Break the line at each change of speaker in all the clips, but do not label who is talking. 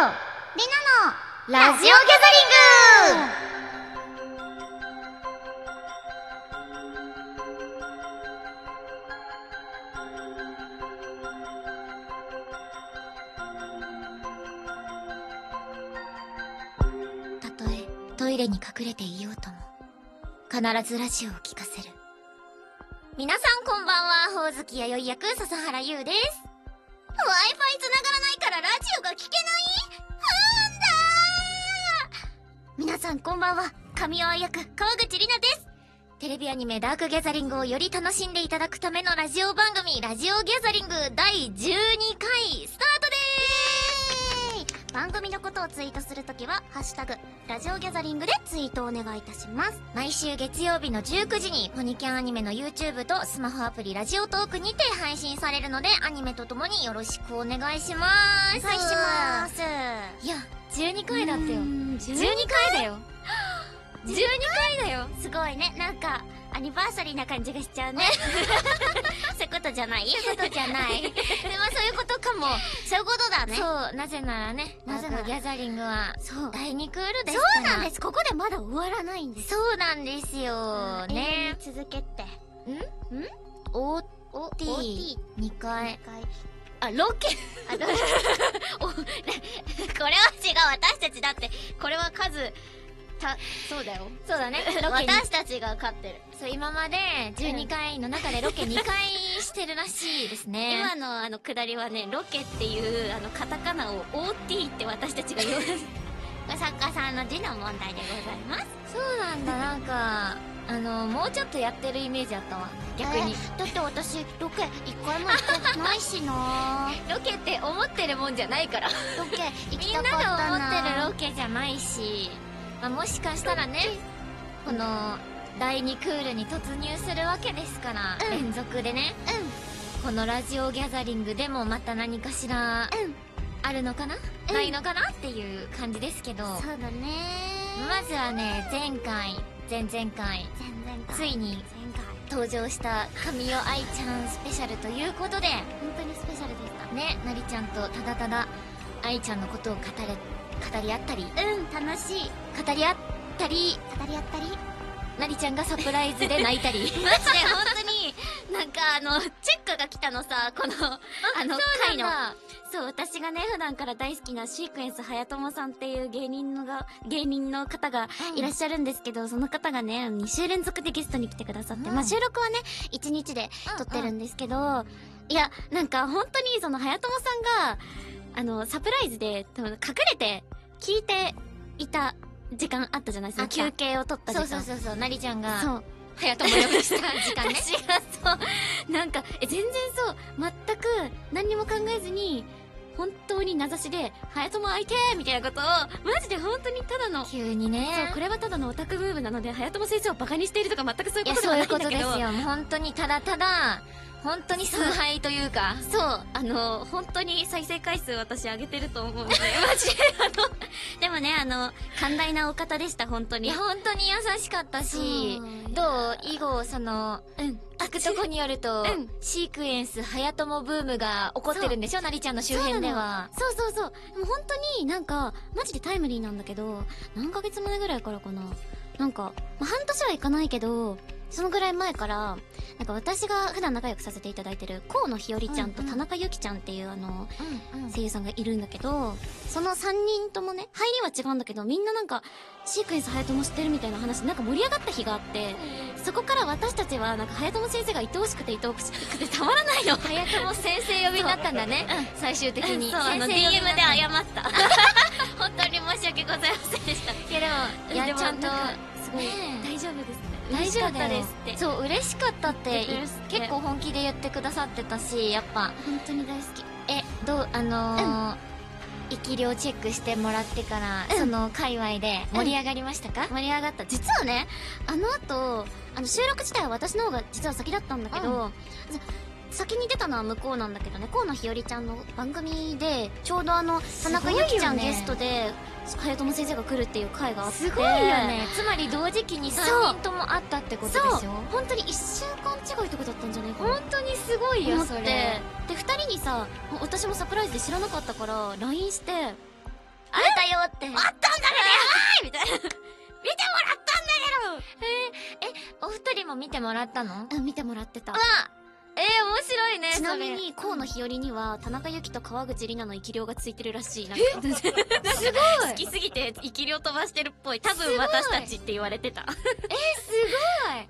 りなのラジオギャザリングたとえトイレに隠れていようとも必ずラジオを聞かせる皆さんこんばんはほおずきやよい役笹原優です Wi-Fi 繋がらないからラジオが聞けないふんだー皆さんこんばんは神尾役川口里奈ですテレビアニメダークギャザリングをより楽しんでいただくためのラジオ番組ラジオギャザリング第12回スタートでーす番組のことをツイートするときは、ハッシュタグ、ラジオギャザリングでツイートをお願いいたします。毎週月曜日の19時に、ポニキャンアニメの YouTube とスマホアプリラジオトークにて配信されるので、アニメとともによろしくお願いします。。
お願いします
いや、12回だってよ。
12
12回だよ12回だよすごいねなんかアニバーサリーな感じがしちゃう ねそういうことじゃないそういうことじ ゃないでもそういうことかも
そういうことだね
そうなぜならね
な
な
ぜ
ぜ
なら
ならギャザリングは
そう
第2クールです
そうなんですすここでまだ終わらないんです
そうなんですよね
永遠に続けってん
OT2
OT
回
回
あロケ
あの
これは違う私たちだって
これは数たそうだよ
そうだねロケに
私たちが勝ってる
そう今まで12回の中でロケ2回してるらしいですね
今のあの下りはねロケっていうあのカタカナを OT って私たちが言わ ない作家さんの字の問題でございます
そうなんだ、なんか、あの、もうちょっとやってるイメージあったわ。逆に。
だって私ロケ一回も行ってないしな
ロケって思ってるもんじゃないから。
ロケ行
みんなが思ってるロケじゃないし、まあ、もしかしたらね、この、第2クールに突入するわけですから、
うん
連続でね、このラジオギャザリングでもまた何かしら、
うんうん
あるのかな、
うん
ないのかなっていう感じですけど、ま
そうだね
ずはね、前回、前々回、
全然
ついに
前回
登場した神尾愛ちゃんスペシャルということで、
本当にスペシャルでし
ね、なりちゃんとただただ愛ちゃんのことを語れ語り合ったり
たうん楽しい
語り合ったり
語り合ったり
なりちゃんがサプライズで泣いたり
マジで本当になんかあのチェックが来たのさこの あの回のそう私がね普段から大好きなシークエンス早友さんっていう芸人のが芸人の方がいらっ
ゃ
しゃるんですけど、その方がね2週連続でゲストに来てくださって、
うん
まあ収録はね1日で撮ってるんですけど、いやなんか本当にその早友さんがあのサプライズで多分隠れて聞いていた時間あったじゃないです
あ
か
った
休憩を取った時
そう
間
そうそうそうなりちゃ
そ
んが
う
早友よくした時間ね
私がそうなんかえ全然そう全く何にも考えずに本当に名指しで「早友相手!」みたいなことをマジで本当にただの、
急にね
そうこれはただのオタクムーブなので早友先生をバカにしているとか全くそういう
や
ことで
そ
はな
う
いい
うんこ
だ
と
け
です
ど
よもう本当にただただ本当に崇拝というか
そうあの本当に再生回数私上げてると思うのでマジであのでもねあの寛大なお方でした本当
い
に
や本当に優しかったし
うん
どう以後その
うん
聞くとこによると、
うん
シークエンス早友ブームが起こってるんでしょなりちゃんの周辺では。
そうそうそう。でも本当になんか、マジでタイムリーなんだけど、何ヶ月前ぐらいからかな。なんか、まあ、半年はいかないけど、そのぐらい前から、なんか私が普段仲良くさせていただいてる河野日和ちゃんと
うんうん
田中由紀ちゃんっていうあの、
うんうん
声優さんがいるんだけど、その3人ともね、入りは違うんだけど、みんななんか、シークエンス早友知ってるみたいな話、なんか盛り上がった日があって、そこから私たちはなんか早友先生が愛おしくて愛おしくてたまらないの。
早友先生呼びになったんだね、最終的に。
そうあ
先
の
生
DM
呼
で
びになった
謝った 本当に申し訳ございませんでした
いやでも、いやちゃんと、
す
ごい
大丈夫ですね
大丈
嬉しか
夫
った
だ
で
よ
すって。
そう、嬉しかったって
言ってくれて、
結構本気で言ってくださってたし、やっぱ、
本当に大好き
え、どう、あのー、生き量チェックしてもらってから、
うん
その界隈で盛り上がりましたか、
盛り上がった実はねあの後あの収録自体は私の方が実は先だったんだけど、先に出たのは向こうなんだけどね河野日和ちゃんの番組でちょうどあの田中由紀ちゃん
すごい
ゲ
よね
ストで早友先生が来るっていう回があって
すごいよね。つまり同時期に3
そう
人ともあったってことで
そう
しょ
本当に1週間違いとかだったんじゃないかな
本当にすごいよ
思って
それ
で2人にさ私もサプライズで知らなかったから LINE して「会えた
だよって。
あったんだけどや ばいみたいな。見てもらったんだ
お二人も見てもらったのわ
けどうん、見てもらってた。
えー、面白いね。
ちなみ
それ
に、河野日和には、田中由紀と川口里奈の生き量がついてるらしい。 なんか
す
ごい
好きすぎて生き量飛ばしてるっぽい。多分私たちって言われてた。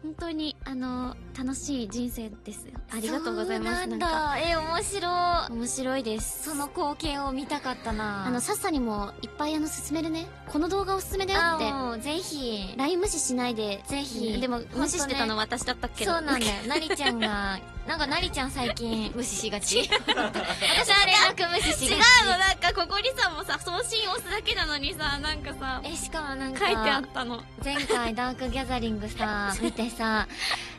本当に、あの、楽しい人生です。ありがとうございます。
そ
な
うな
んんか、
だ。えー、面白い。
面白いです。
その光景を見たかったな。
あの、さっさにも、いっぱいあの、勧めるね。この動画おすすめだよ
あ
って。
もうぜひ。
LINE 無視しないで。
ぜひ。
でも、
無視してたの私だったけど。
そうなん だよ。なりちゃんが、なんかなりちゃん最近無視しが ち。私は連絡無視し
違う
がち。
の、なんかここにさ、もうさ、送信押すだけなのにさ、なんかさ、
え、しかもなんか、
書いてあったの。
前回ダークギャザリング さ、見てさ、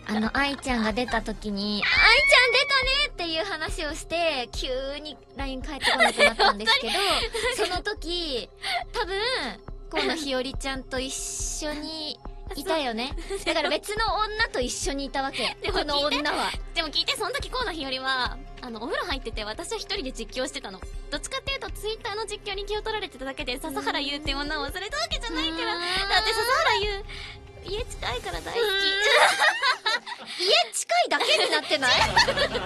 あの、愛ちゃんが出た時に、愛ちゃん出たねっていう話をして、急に LINE 返ってこなくなったんで すけど、その時、多分、河野日和ちゃんと一緒にいたよね。だから別の女と一緒にいたわけ。
でも
この
聞いて
女は。
でも聞いて、その時河野日和は、あの、お風呂入ってて、私は一人で実況してたの。どっちかっていうと、ツイッターの実況に気を取られてただけで、笹原優って女を忘れたわけじゃないから。だって笹原優、家近いから大好
家近いだけになってない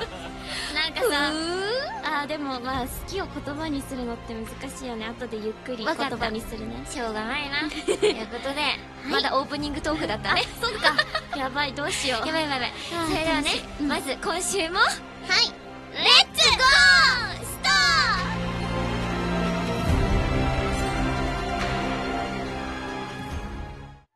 なんか
き。
さ、
あーでもまあ、好きを言葉にするのって難しいよね。後でゆっくり
わ
言
かった
葉にするね。
しょうがない な。ということで、まだオープニングトークだったね。そっか。
やばい、どうしよう。
やばいやばいやばい。
あー
それではね
楽しい、うん
まず今週も、はい。